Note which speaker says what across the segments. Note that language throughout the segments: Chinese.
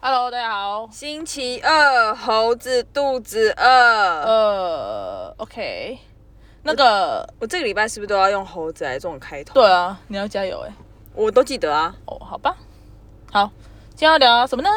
Speaker 1: Hello，大家好。
Speaker 2: 星期二，猴子肚子饿。
Speaker 1: 呃，OK，那个，
Speaker 2: 我这个礼拜是不是都要用猴子来这种开头？
Speaker 1: 对啊，你要加油哎、
Speaker 2: 我都记得啊。
Speaker 1: 哦，好吧，好，今天要聊什么呢？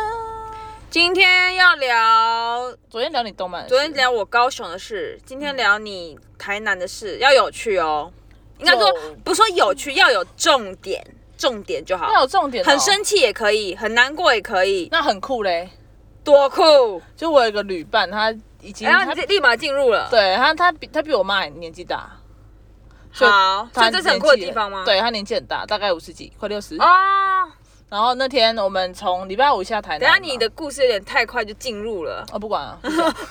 Speaker 2: 今天要聊，
Speaker 1: 昨天聊你动漫的事，
Speaker 2: 昨天聊我高雄的事，今天聊你台南的事，要有趣哦。应该说
Speaker 1: 有
Speaker 2: 不是说有趣，要有重点，重点就
Speaker 1: 那
Speaker 2: 好。
Speaker 1: 有重点、哦
Speaker 2: 很，生气也可以，很难过也可以，
Speaker 1: 那很酷嘞。
Speaker 2: 多酷！
Speaker 1: 就我有一个旅伴，他已经，
Speaker 2: 然后
Speaker 1: 嗯他
Speaker 2: 哎你就立马进入了。
Speaker 1: 对他他比他比我妈还年纪大，所以
Speaker 2: 好，所
Speaker 1: 他
Speaker 2: 以这是很
Speaker 1: 年
Speaker 2: 酷的
Speaker 1: 纪
Speaker 2: 地
Speaker 1: 也
Speaker 2: 方吗？
Speaker 1: 对他年纪很大，大概五十几，快六十。
Speaker 2: 哦，
Speaker 1: 然后那天我们从礼拜五下台南
Speaker 2: 等
Speaker 1: 嘛，
Speaker 2: 下你的故事有点太快就进入了，
Speaker 1: 哦不管啊，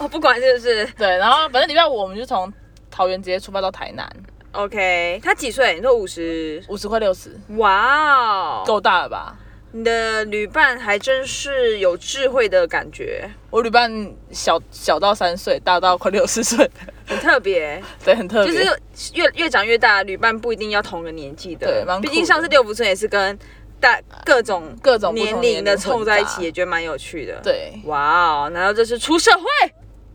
Speaker 2: 我不管是不是。
Speaker 1: 对，然后反正礼拜五我们就从桃园直接出发到台南，
Speaker 2: OK，他几岁？你说五十？
Speaker 1: 五十块六十，
Speaker 2: 哇哦，
Speaker 1: 够大了吧？
Speaker 2: 你的旅伴还真是有智慧的感觉，
Speaker 1: 我旅伴小小到三岁，大到快六十岁，
Speaker 2: 很特别。
Speaker 1: 对，很特
Speaker 2: 就
Speaker 1: 别。
Speaker 2: 是越越长越大，旅伴不一定要同个年纪的
Speaker 1: 对蛮，酷
Speaker 2: 毕
Speaker 1: 的
Speaker 2: 竟上次六福村也是跟大各种
Speaker 1: 各种不
Speaker 2: 年
Speaker 1: 同
Speaker 2: 龄的
Speaker 1: 年龄
Speaker 2: 凑
Speaker 1: 混
Speaker 2: 在一
Speaker 1: 杂
Speaker 2: 起，也觉得蛮有趣的。，
Speaker 1: 对，
Speaker 2: 哇哦，难道这是出社会？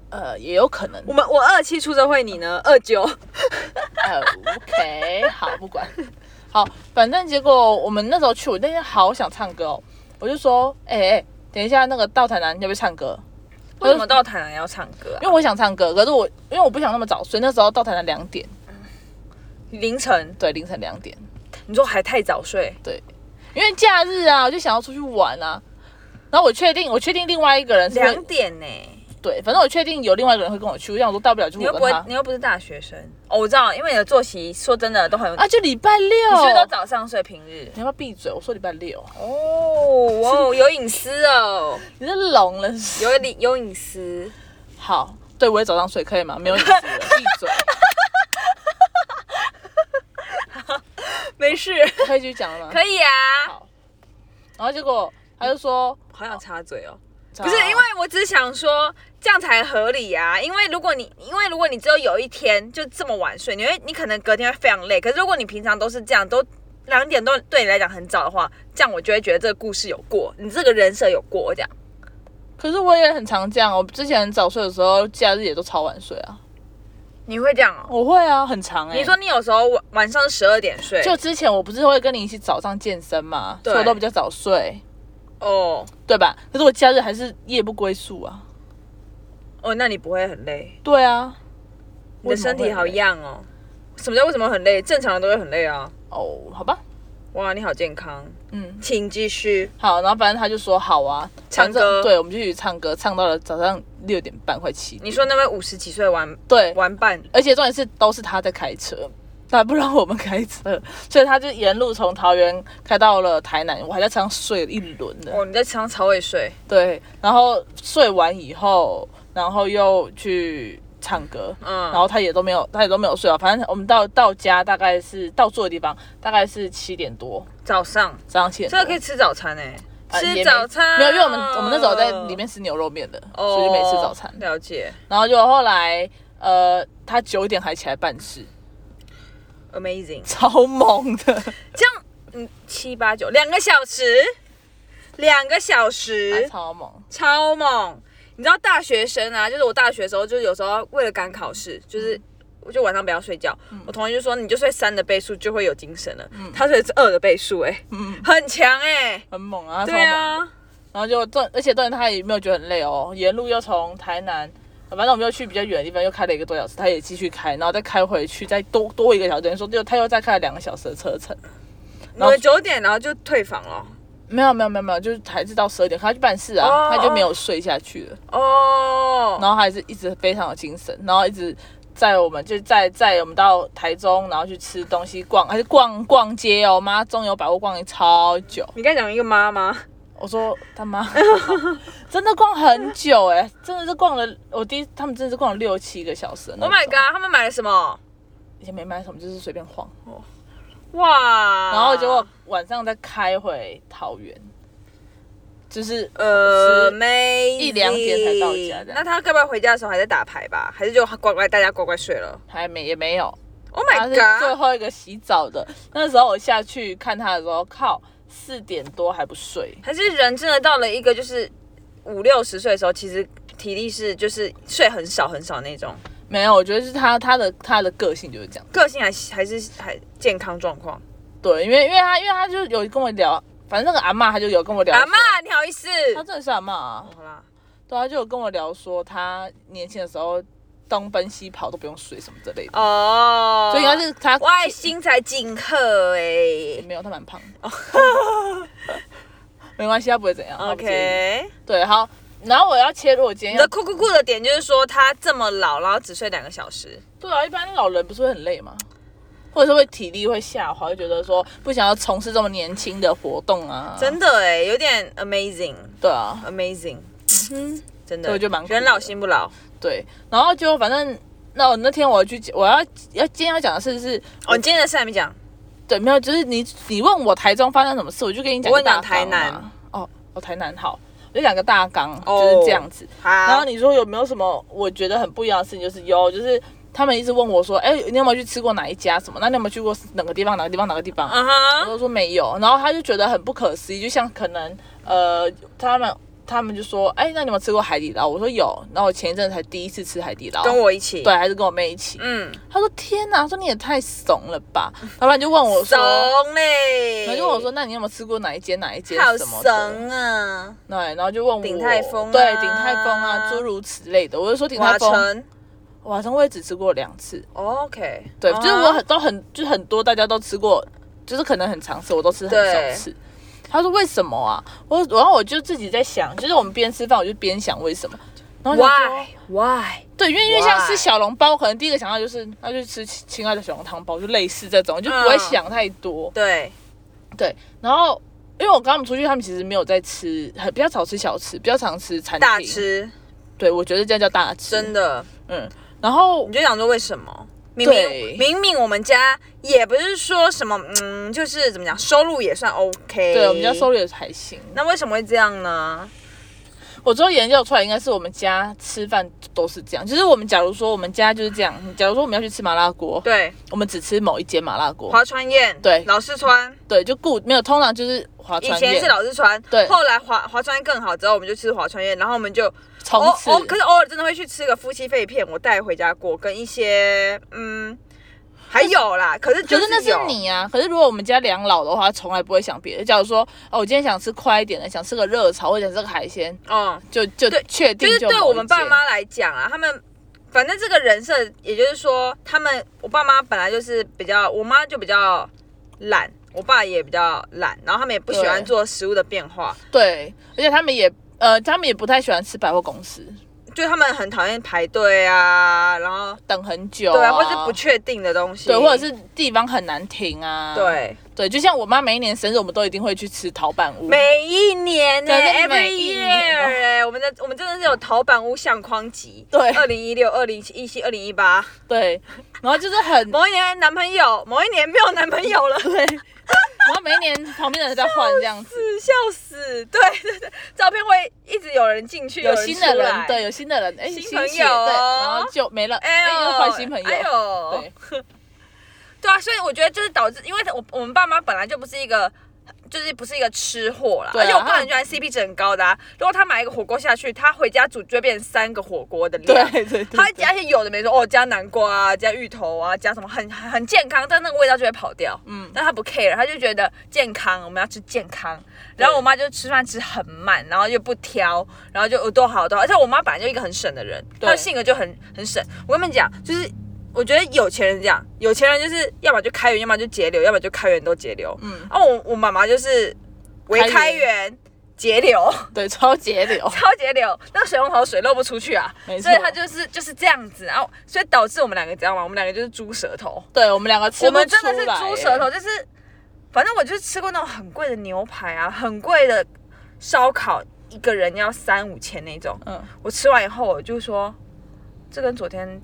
Speaker 1: 呃，也有可能
Speaker 2: 我。们我二七出社会，你呢？二九？
Speaker 1: 呃，OK，好，不管，好，反正结果我们那时候去，我那天好想唱歌哦，我就说，哎、哎、等一下那个到台南要不要唱歌？
Speaker 2: 为什么到台南要唱歌、啊？
Speaker 1: 因为我想唱歌，可是我因为我不想那么早睡，那时候到台南两点，
Speaker 2: 凌晨？
Speaker 1: 对，凌晨两点，
Speaker 2: 你说还太早睡？
Speaker 1: 因为假日啊，我就想要出去玩啊。然后我确定，我确定另外一个人是会
Speaker 2: 两点呢、
Speaker 1: 对，反正我确定有另外一个人会跟我去，我想说大不了就
Speaker 2: 你
Speaker 1: 我
Speaker 2: 又不会
Speaker 1: 跟，他
Speaker 2: 你又不是大学生哦，我知道，因为你的作息说真的都很，
Speaker 1: 啊，就礼拜六，
Speaker 2: 你是不是都早上睡平日？
Speaker 1: 你要不要闭嘴？我说礼拜六，
Speaker 2: 哦，哇哦，有隐私哦，
Speaker 1: 你是聋了是
Speaker 2: 有隐有隐私，
Speaker 1: 好，对我也早上睡可以吗？没有隐私了，闭嘴，
Speaker 2: 没事，
Speaker 1: 我可以继续讲了吗？以。
Speaker 2: 可以啊。
Speaker 1: 好，然后结果他就说，啊
Speaker 2: 好想插嘴哦，
Speaker 1: 不
Speaker 2: 不是因为我只是想说这样才合理啊，因为如果你因为如果你只有有一天就这么晚睡，你会你可能隔天会非常累，可是如果你平常都是这样都。两点多对你来讲很早的话，这样我就会觉得这个故事有过，你这个人设有过这样。
Speaker 1: 可是我也很常这样，我之前早睡的时候，假日也都超晚睡啊，
Speaker 2: 你会这样哦？
Speaker 1: 我会啊，很长哎、
Speaker 2: 你说你有时候晚晚上十二点睡，
Speaker 1: 就之前我不是会跟你一起早上健身嘛，所以我
Speaker 2: 对
Speaker 1: 都比较早睡，
Speaker 2: 哦
Speaker 1: 对吧？可是我假日还是夜不归宿啊。
Speaker 2: 哦，那你不会很累？
Speaker 1: 对啊，
Speaker 2: 你的身体
Speaker 1: 为什么
Speaker 2: 好
Speaker 1: 会累
Speaker 2: 样哦。什么叫为什么很累？正常人都会很累啊。
Speaker 1: 哦，好吧，
Speaker 2: 哇，你好健康，
Speaker 1: 嗯，
Speaker 2: 请继续。
Speaker 1: 好，然后反正他就说好啊，
Speaker 2: 唱歌
Speaker 1: 反正对，我们就去唱歌，唱到了早上六点半快七点，
Speaker 2: 你说那位五十几岁玩
Speaker 1: 对，
Speaker 2: 玩伴，
Speaker 1: 而且重点是都是他在开车，他不让我们开车， 所以他就沿路从桃园开到了台南，我还在车上睡了一轮的，
Speaker 2: 哦，你在车上超会睡，
Speaker 1: 对，然后睡完以后，然后又去唱歌，
Speaker 2: 嗯，
Speaker 1: 然后他也都没有，他也都没有睡啊。反正我们到到家大概是到住的地方大概是七点多，
Speaker 2: 早上
Speaker 1: 早上七点
Speaker 2: 这
Speaker 1: 多。
Speaker 2: 个可以吃早餐哎、
Speaker 1: 呃也
Speaker 2: 吃
Speaker 1: 没
Speaker 2: 早餐
Speaker 1: 没有，因为我们我们那时候在
Speaker 2: 啊
Speaker 1: 里面吃牛肉面的，
Speaker 2: 哦
Speaker 1: 所以就没吃早餐。
Speaker 2: 了解，
Speaker 1: 然后就后来呃，他九点还起来办事，
Speaker 2: amazing。
Speaker 1: 超猛的，
Speaker 2: 这样，嗯，七八九两个小时，两个小时，
Speaker 1: 他超猛。
Speaker 2: 超猛！你知道大学生啊，就是我大学的时候，就是有时候为了赶考试，
Speaker 1: 嗯
Speaker 2: 就是我就晚上不要睡觉。我同学就说，你就睡三的倍数就会有精神了。他睡的是二的倍数、欸，哎、
Speaker 1: 嗯，
Speaker 2: 很强哎、
Speaker 1: 很猛啊，他超
Speaker 2: 对
Speaker 1: 猛。
Speaker 2: 啊，
Speaker 1: 然后就重，而且重点他也没有觉得很累哦，沿路又从台南，反正我们又去比较远的地方，又开了一个多小时，他也继续开，然后再开回去，再多多一个小时，等于说就他又再开了两个小时的车程。
Speaker 2: 你
Speaker 1: 然后
Speaker 2: 们九点然后就退房了。
Speaker 1: 没有没有没有没有，就是还是到十二点，他去办事啊，
Speaker 2: 哦
Speaker 1: 他就没有睡下去了，
Speaker 2: 哦，
Speaker 1: 然后还是一直非常有精神，然后一直载我们就载载我们到台中，然后去吃东西逛，还是逛逛街哦，妈中油百货逛了超久。
Speaker 2: 你刚才讲一个妈妈，
Speaker 1: 我说他妈， 真的逛很久哎、真的是逛了，我第一他们真的是逛了六七个小时的那
Speaker 2: Oh
Speaker 1: 种。
Speaker 2: my god，他们买了什么？
Speaker 1: 也没买什么，就是随便晃，
Speaker 2: 哇！
Speaker 1: 然后结
Speaker 2: 啊
Speaker 1: 果晚上再开回桃园，就是
Speaker 2: 呃，
Speaker 1: 吃
Speaker 2: 没
Speaker 1: 一两点才到家这样
Speaker 2: 那他该不会回家的时候还在打牌吧？还是就乖乖大家乖乖睡了
Speaker 1: 还没也没有，
Speaker 2: ？Oh
Speaker 1: 他
Speaker 2: my
Speaker 1: 是最
Speaker 2: god！
Speaker 1: 后一个洗澡的。那时候我下去看他的时候，靠，四点多还不睡，
Speaker 2: 还是人真的到了一个就是五六十岁的时候，其实体力是就是睡很少很少那种，
Speaker 1: 没有，我觉得是他他的他的个性就是这样。
Speaker 2: 个性还是还是还健康状况。
Speaker 1: 对，因为因为他因为他就有跟我聊，反正那个阿嬷他就有跟我聊。
Speaker 2: 阿妈，你好意思？
Speaker 1: 他真的是阿嬷啊，
Speaker 2: 好啦，
Speaker 1: 对，他就有跟我聊说他年轻的时候东奔西跑都不用睡什么之类的，
Speaker 2: 哦，
Speaker 1: 所以应该是他
Speaker 2: 外星才景鹤哎、
Speaker 1: 没有，他蛮胖的。 没关系，他不会怎样。他不介意
Speaker 2: OK，
Speaker 1: 对，好，然后我要切入我今天
Speaker 2: 你
Speaker 1: 要
Speaker 2: 的酷酷酷的点就是说他这么老，然后只睡两个小时，
Speaker 1: 对啊，一般老人不是会很累吗？或者是会体力会下滑，会觉得说不想要从事这么年轻的活动啊。
Speaker 2: 真的哎、有点 amazing
Speaker 1: 对啊，
Speaker 2: amazing，真
Speaker 1: 嗯
Speaker 2: 的，
Speaker 1: 所以我觉得蛮酷的
Speaker 2: 人老心不老。
Speaker 1: 对。然后就反正那我那天我要去，我要要今天要讲的事是，
Speaker 2: 哦，你今天的事还没讲，
Speaker 1: 对，没有，就是你你问我台中发生什么事，我就跟你讲
Speaker 2: 我
Speaker 1: 个
Speaker 2: 问你
Speaker 1: 大
Speaker 2: 讲
Speaker 1: 纲
Speaker 2: 台南
Speaker 1: 嘛。哦，哦，台南好，我就讲个大纲，
Speaker 2: 哦
Speaker 1: 就是这样子。
Speaker 2: 好，
Speaker 1: 然后你说有没有什么我觉得很不一样的事情？就是有，就是他们一直问我说，哎、你有没有去吃过哪一家什么？那你有没有去过哪个地方？哪个地方？哪个地方？
Speaker 2: 嗯哼
Speaker 1: 我，都说没有，然后他就觉得很不可思议，就像可能呃，他们他们就说，哎，那你有没有吃过海底捞？我说有，然后我前一阵才第一次吃海底捞，
Speaker 2: 跟我一起，
Speaker 1: 对，，还是跟我妹一起。
Speaker 2: 嗯，
Speaker 1: 他说天哪，说你也太怂了吧！老板就问我说，
Speaker 2: 怂嘞，
Speaker 1: 然后就问我说，那你有没有吃过哪一间哪一间
Speaker 2: 好
Speaker 1: 什么的？
Speaker 2: 怂啊，
Speaker 1: 对，然后就问我
Speaker 2: 鼎泰丰啊
Speaker 1: 对鼎泰丰啊，诸如此类的。我就说鼎泰
Speaker 2: 华
Speaker 1: 丰，
Speaker 2: 晨
Speaker 1: 瓦城我也只吃过两次，
Speaker 2: ，OK，
Speaker 1: 对，
Speaker 2: 嗯哼
Speaker 1: 就是我很都很就是很多大家都吃过，就是可能很常吃，我都吃很少
Speaker 2: 对
Speaker 1: 吃。他说为什么啊？我然后我就自己在想，就是我们边吃饭我就边想为什么。然后我想说
Speaker 2: why why，
Speaker 1: 对，因为因为像
Speaker 2: Why？
Speaker 1: 吃小笼包，我可能第一个想到就是那就吃亲亲爱的小笼汤包，就类似这种，就不会
Speaker 2: 嗯
Speaker 1: 想太多。
Speaker 2: 对，
Speaker 1: 对，然后因为我跟他们出去，他们其实没有在吃，很比较少吃小吃，比较常吃餐厅。
Speaker 2: 大，吃，
Speaker 1: 对我觉得这样叫大吃。
Speaker 2: 真，的。
Speaker 1: 嗯。然后
Speaker 2: 你就想说为什么？明
Speaker 1: 对
Speaker 2: 明明明我们家也不是说什么，嗯，就是怎么讲，收入也算 OK。
Speaker 1: 对我们家收。入也还行，
Speaker 2: 那为什么会这样呢？
Speaker 1: 我最后研究出来，应该是我们家吃饭都是这样。就是我们假如说我们家就是这样，假如说我们要去吃麻辣锅，
Speaker 2: 对，
Speaker 1: 我们只吃某一间麻辣锅，
Speaker 2: 华川宴，
Speaker 1: 哦对
Speaker 2: 老四川，
Speaker 1: 对，就固没有，通常就是华
Speaker 2: 以
Speaker 1: 川
Speaker 2: 前
Speaker 1: 店
Speaker 2: 是。老四川，
Speaker 1: 对
Speaker 2: 后来华华川更好之后，我们就吃华川宴，然后我们就
Speaker 1: 从
Speaker 2: 偶
Speaker 1: 此，
Speaker 2: 偶，哦可是偶尔真的会去吃个夫妻肺片，我带回家过，跟一些嗯，还有啦，可是就
Speaker 1: 可是那是
Speaker 2: 有，
Speaker 1: 你啊。可是如果我们家两老的话，从来不会想别的。假如说，哦，我今天想吃快一点的，想吃个热炒，或者想吃个海鲜，
Speaker 2: 嗯，
Speaker 1: 就就
Speaker 2: 对
Speaker 1: 确定
Speaker 2: 就是对
Speaker 1: 某
Speaker 2: 我
Speaker 1: 一
Speaker 2: 们爸
Speaker 1: 间
Speaker 2: 妈来讲啊，他们反正这个人设，也就是说，他们我爸妈本来就是比较，我妈就比较懒，我爸也比较懒，然后他们也不喜欢
Speaker 1: 对
Speaker 2: 做食物的变化，
Speaker 1: 对，而且他们也呃，他们也不太喜欢吃百货公司，
Speaker 2: 就他们很讨厌排队啊，然后
Speaker 1: 等很久、
Speaker 2: 对啊，或是不确定的东西，
Speaker 1: 哦对，或者是地方很难停啊，。
Speaker 2: 对，
Speaker 1: 对，就像我妈每一年生日，我们都一定会去吃陶板屋。
Speaker 2: 每一年呢、
Speaker 1: 真的是
Speaker 2: e v e r
Speaker 1: 每
Speaker 2: y
Speaker 1: 一
Speaker 2: year
Speaker 1: 年哦
Speaker 2: 哎、我们的我们真的是有陶板屋相框集，
Speaker 1: 对
Speaker 2: 二零一六、二零一七、二零一八，
Speaker 1: 对，然后就是很，
Speaker 2: 某一年男朋友，某一年没有男朋友了，对，
Speaker 1: 然后每一年旁边的人在换这样子，
Speaker 2: 死，笑死！对对对，照片会一直 有人进去，
Speaker 1: 有
Speaker 2: 人
Speaker 1: 新的
Speaker 2: 出
Speaker 1: 人，
Speaker 2: 来
Speaker 1: 对，，有新的人，哎，
Speaker 2: 新
Speaker 1: 血
Speaker 2: 朋
Speaker 1: 对，
Speaker 2: 友哦
Speaker 1: 然后就没了，
Speaker 2: 哎
Speaker 1: 哎，
Speaker 2: 呦，
Speaker 1: 又换新朋友
Speaker 2: 哎，呦，
Speaker 1: 对，
Speaker 2: 对啊，所以我觉得就是导致，因为我我们爸妈本来就不是一个。就是不是一个吃货啦，
Speaker 1: 对啊
Speaker 2: 而且我爸很喜欢 CP 值很高的啊。如果他买一个火锅下去，他回家煮就会变成三个火锅的 量。
Speaker 1: 对对对，
Speaker 2: 他加一些有的没说，哦，加南瓜啊，加芋头啊，加什么很很很健康，但那个味道就会跑掉。嗯
Speaker 1: 嗯，
Speaker 2: 但他不 care，他就觉得健康，我们要吃健康。然后我妈就吃饭吃很慢，然后又不挑，然后就哦都好都好。而且我妈本来就一个很省的人，
Speaker 1: 对
Speaker 2: 她的性格就很很省。我跟你们讲，就是我觉得有钱人这样，有钱人就是要么就开源，要么就节流，要么就开源都节流。嗯，啊，我我妈妈就是为
Speaker 1: 开源
Speaker 2: 开源节流。
Speaker 1: 对超节流，
Speaker 2: 超节流，那个水龙头水漏不出去啊，
Speaker 1: 没错
Speaker 2: 所以它就是就是这样子，然后所以导致我们两个你知道吗？我们两个就是猪 舌头，
Speaker 1: 对我们两个吃
Speaker 2: 我
Speaker 1: 不
Speaker 2: 们真
Speaker 1: 出
Speaker 2: 的是
Speaker 1: 来，
Speaker 2: 猪舌头，就是反正我就是吃过那种很贵的牛排啊，很贵的烧烤，一个人要三五千那种，
Speaker 1: 嗯，
Speaker 2: 我吃完以后我就说，这跟昨天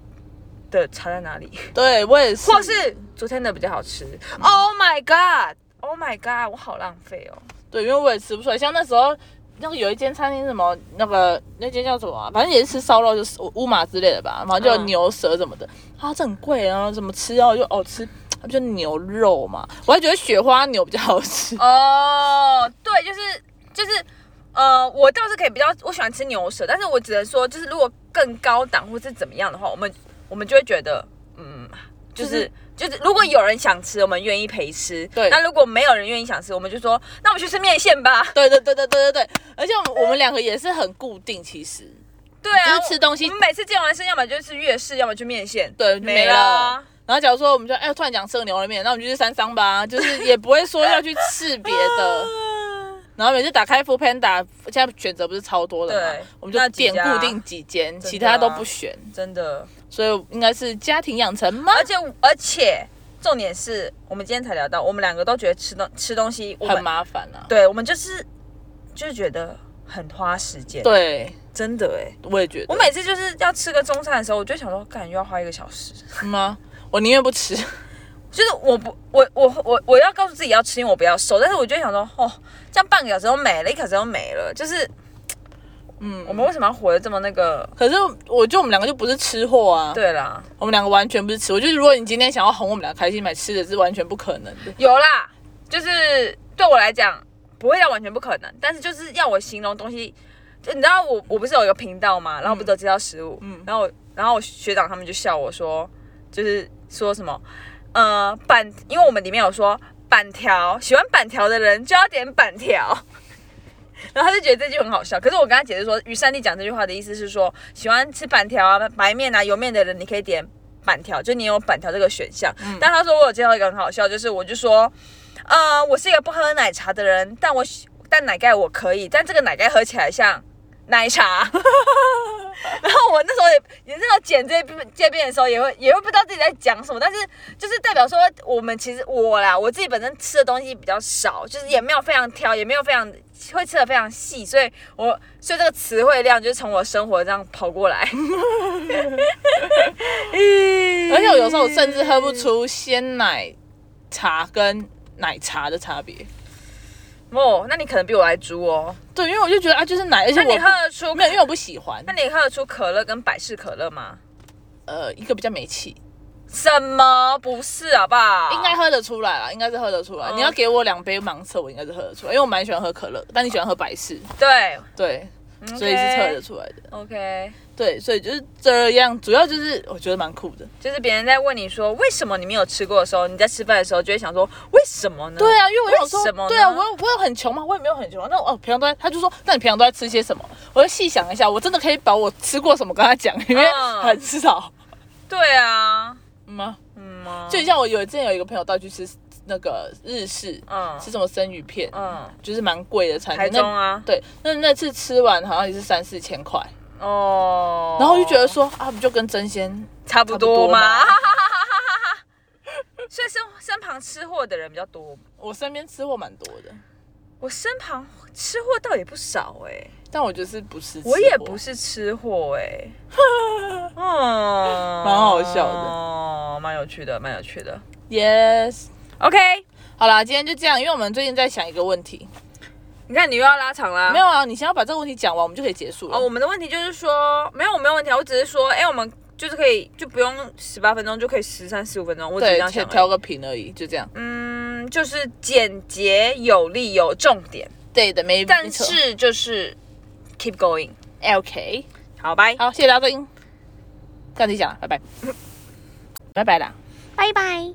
Speaker 2: 的差 在哪里？
Speaker 1: 欸对我也是，嗯
Speaker 2: 或是昨天的比较好吃？Oh my god! Oh my god! 我好浪费哦。
Speaker 1: 对，因为我也吃不出来，像那时候。那个有一间餐厅什么那个那间叫什么啊、反正也是吃烧肉，就是乌乌马之类的吧，然后就有
Speaker 2: 嗯
Speaker 1: 牛舌什么的，啊，这很贵，然后怎么吃啊？我就哦吃，就牛肉嘛，我还觉得雪花牛比较好吃。
Speaker 2: 哦，对，就是就是呃，我倒是可以比较，我喜欢吃牛舌，但是我只能说，就是如果更高档或是怎么样的话，我们我们就会觉得，嗯，就是。就是如果有人想吃，我们愿意陪吃。
Speaker 1: 对
Speaker 2: 那如果没有人愿意想吃，我们就说，那我们去吃面线吧。
Speaker 1: 对对对对对对对，而且我们我们两个也是很固定，其实
Speaker 2: 对啊，
Speaker 1: 就是吃东西
Speaker 2: 我们每次健完身，要么就是粤式，要么就面线。
Speaker 1: 对
Speaker 2: 没
Speaker 1: 没
Speaker 2: 了
Speaker 1: 了
Speaker 2: 啊。。
Speaker 1: 然后假如说我们就哎、突然讲吃个牛肉面，那我们就去三商吧，就是也不会说要去吃别的。然后每次打开 Food Panda，现在选择不是超多的
Speaker 2: 对
Speaker 1: 嘛，我们
Speaker 2: 那
Speaker 1: 就
Speaker 2: 几
Speaker 1: 点
Speaker 2: 家
Speaker 1: 固定几间，
Speaker 2: 的啊
Speaker 1: 其他都不选，
Speaker 2: 真的，
Speaker 1: 所以应该是家庭养成吗？
Speaker 2: 而且而且重点是我们今天才聊到，我们两个都觉得吃东吃东西我
Speaker 1: 很
Speaker 2: 们
Speaker 1: 麻烦啊。
Speaker 2: 对，我们就是就是觉得很花时间，，
Speaker 1: 对，
Speaker 2: 真的哎。
Speaker 1: 我也觉得。
Speaker 2: 我每次就是要吃个中餐的时候，我就想说，干又要花一个小时。
Speaker 1: 吗？嗯啊我宁愿不吃。
Speaker 2: 就是我不，我我我我要告诉自己要吃，因为我不要瘦。但是我就想说，哦，这样半个小时都没了，一个小时都没了。就是
Speaker 1: 嗯，
Speaker 2: 我们为什么要活得这么那个？
Speaker 1: 可是我就我们两个就不是吃货啊，
Speaker 2: 对啦，
Speaker 1: 我们两个完全不是吃。我觉得如果你今天想要哄我们俩开心买吃的，是完全不可能的。
Speaker 2: 有啦，就是对我来讲不会到完全不可能，但是就是要我形容东西，就你知道我我不是有一个频道嘛，然后不都介绍食物，
Speaker 1: 嗯
Speaker 2: 然后我然后我学长他们就笑我说，就是说什么，呃板，因为我们里面有说板条，喜欢板条的人就要点板条。 然后他就觉得这句很好笑，可是我跟他解释说，于三弟讲这句话的意思是说，喜欢吃板条啊、白面啊、油面的人，你可以点板条，就你有板条这个选项。但他说我有介绍一个很好笑，就是我就说，呃，我是一个不喝奶茶的人，但我喜但奶盖我可以，但这个奶盖喝起来像奶茶。 然后我那时候也也那时候剪这边这边的时候，也会也会不知道自己在讲什么，但是就是代表说我们其实我啦，我自己本身吃的东西比较少，就是也没有非常挑，也没有非常会吃的非常细，所以我所以这个词汇量就是从我生活这样跑过来。
Speaker 1: 而 且我有时候我甚至喝不出鲜奶茶跟奶茶的差别。
Speaker 2: 哦，那你可能比我还猪哦。
Speaker 1: 对，因为我就觉得啊，就是奶，而且
Speaker 2: 那
Speaker 1: 我
Speaker 2: 你喝得出
Speaker 1: 不没有，因为我不喜欢
Speaker 2: 那。你喝得出可乐跟百事可乐吗？
Speaker 1: 呃，一个比较没气，
Speaker 2: 什么不是好不好？
Speaker 1: 应该喝得出来啦，应该是喝得出来。
Speaker 2: 嗯
Speaker 1: 你要给我两杯盲测，我应该是喝得出来，因为我蛮喜欢喝可乐，但你喜欢喝百事，
Speaker 2: 对，
Speaker 1: 对，
Speaker 2: 嗯
Speaker 1: 所以是测得出来的。
Speaker 2: OK，
Speaker 1: 对，所以就是这样，主要就是我觉得蛮酷的。
Speaker 2: 就是别人在问你说为什么你没有吃过的时候，你在吃饭的时候就会想说为什么呢？
Speaker 1: 对啊，因为我想
Speaker 2: 为什
Speaker 1: 说，
Speaker 2: 么呢
Speaker 1: 对啊，我有我有很穷吗？我也没有很穷啊。那我哦，平常都在，他就说，那你平常都在吃些什么？我就细想一下，我真的可以把我吃过什么跟他讲，因为
Speaker 2: 嗯
Speaker 1: 很少
Speaker 2: 对啊，
Speaker 1: 吗？
Speaker 2: 嗯啊
Speaker 1: 就像我有之前有一个朋友带我去吃那个日式，
Speaker 2: 嗯
Speaker 1: 吃什么生鱼片，
Speaker 2: 嗯，
Speaker 1: 就是蛮贵的餐厅。
Speaker 2: 台中啊
Speaker 1: 那，对，那那次吃完好像也是三四千块，
Speaker 2: 哦，
Speaker 1: 然后我就觉得说啊，不就跟真鲜
Speaker 2: 差不
Speaker 1: 差不多
Speaker 2: 多嘛
Speaker 1: 嘛，
Speaker 2: 所以身身旁吃货的人比较多，
Speaker 1: 我身边吃货蛮多的，
Speaker 2: 我身旁吃货倒也不少哎、
Speaker 1: 但我就是不是吃
Speaker 2: 我也
Speaker 1: 货
Speaker 2: 不是吃货哎、 嗯，
Speaker 1: 蛮好笑的
Speaker 2: 哦，蛮有趣的，蛮有趣的。
Speaker 1: ，yes。
Speaker 2: OK，
Speaker 1: 好啦，今天就这样，因为我们最近在想一个问题。
Speaker 2: 你看你又要拉长啦，
Speaker 1: 没有啊，你先要把这个问题讲完，我们就可以结束了。
Speaker 2: 哦，我们的问题就是说，没有，我没有问题啊，我只是说，哎、我们就是可以就不用十八分钟，就可以十三十五分钟，我只是这
Speaker 1: 对，
Speaker 2: 样
Speaker 1: 挑
Speaker 2: 想
Speaker 1: 挑
Speaker 2: 而已。
Speaker 1: 个平而已，就这样。
Speaker 2: 嗯，就是简洁有力有重点，
Speaker 1: 对的，没嗯
Speaker 2: 但
Speaker 1: 没错
Speaker 2: 是就是 keep going。
Speaker 1: OK，
Speaker 2: 好，拜，
Speaker 1: 好，谢谢大家收听，下期讲了，拜拜，拜拜啦。
Speaker 3: 拜拜。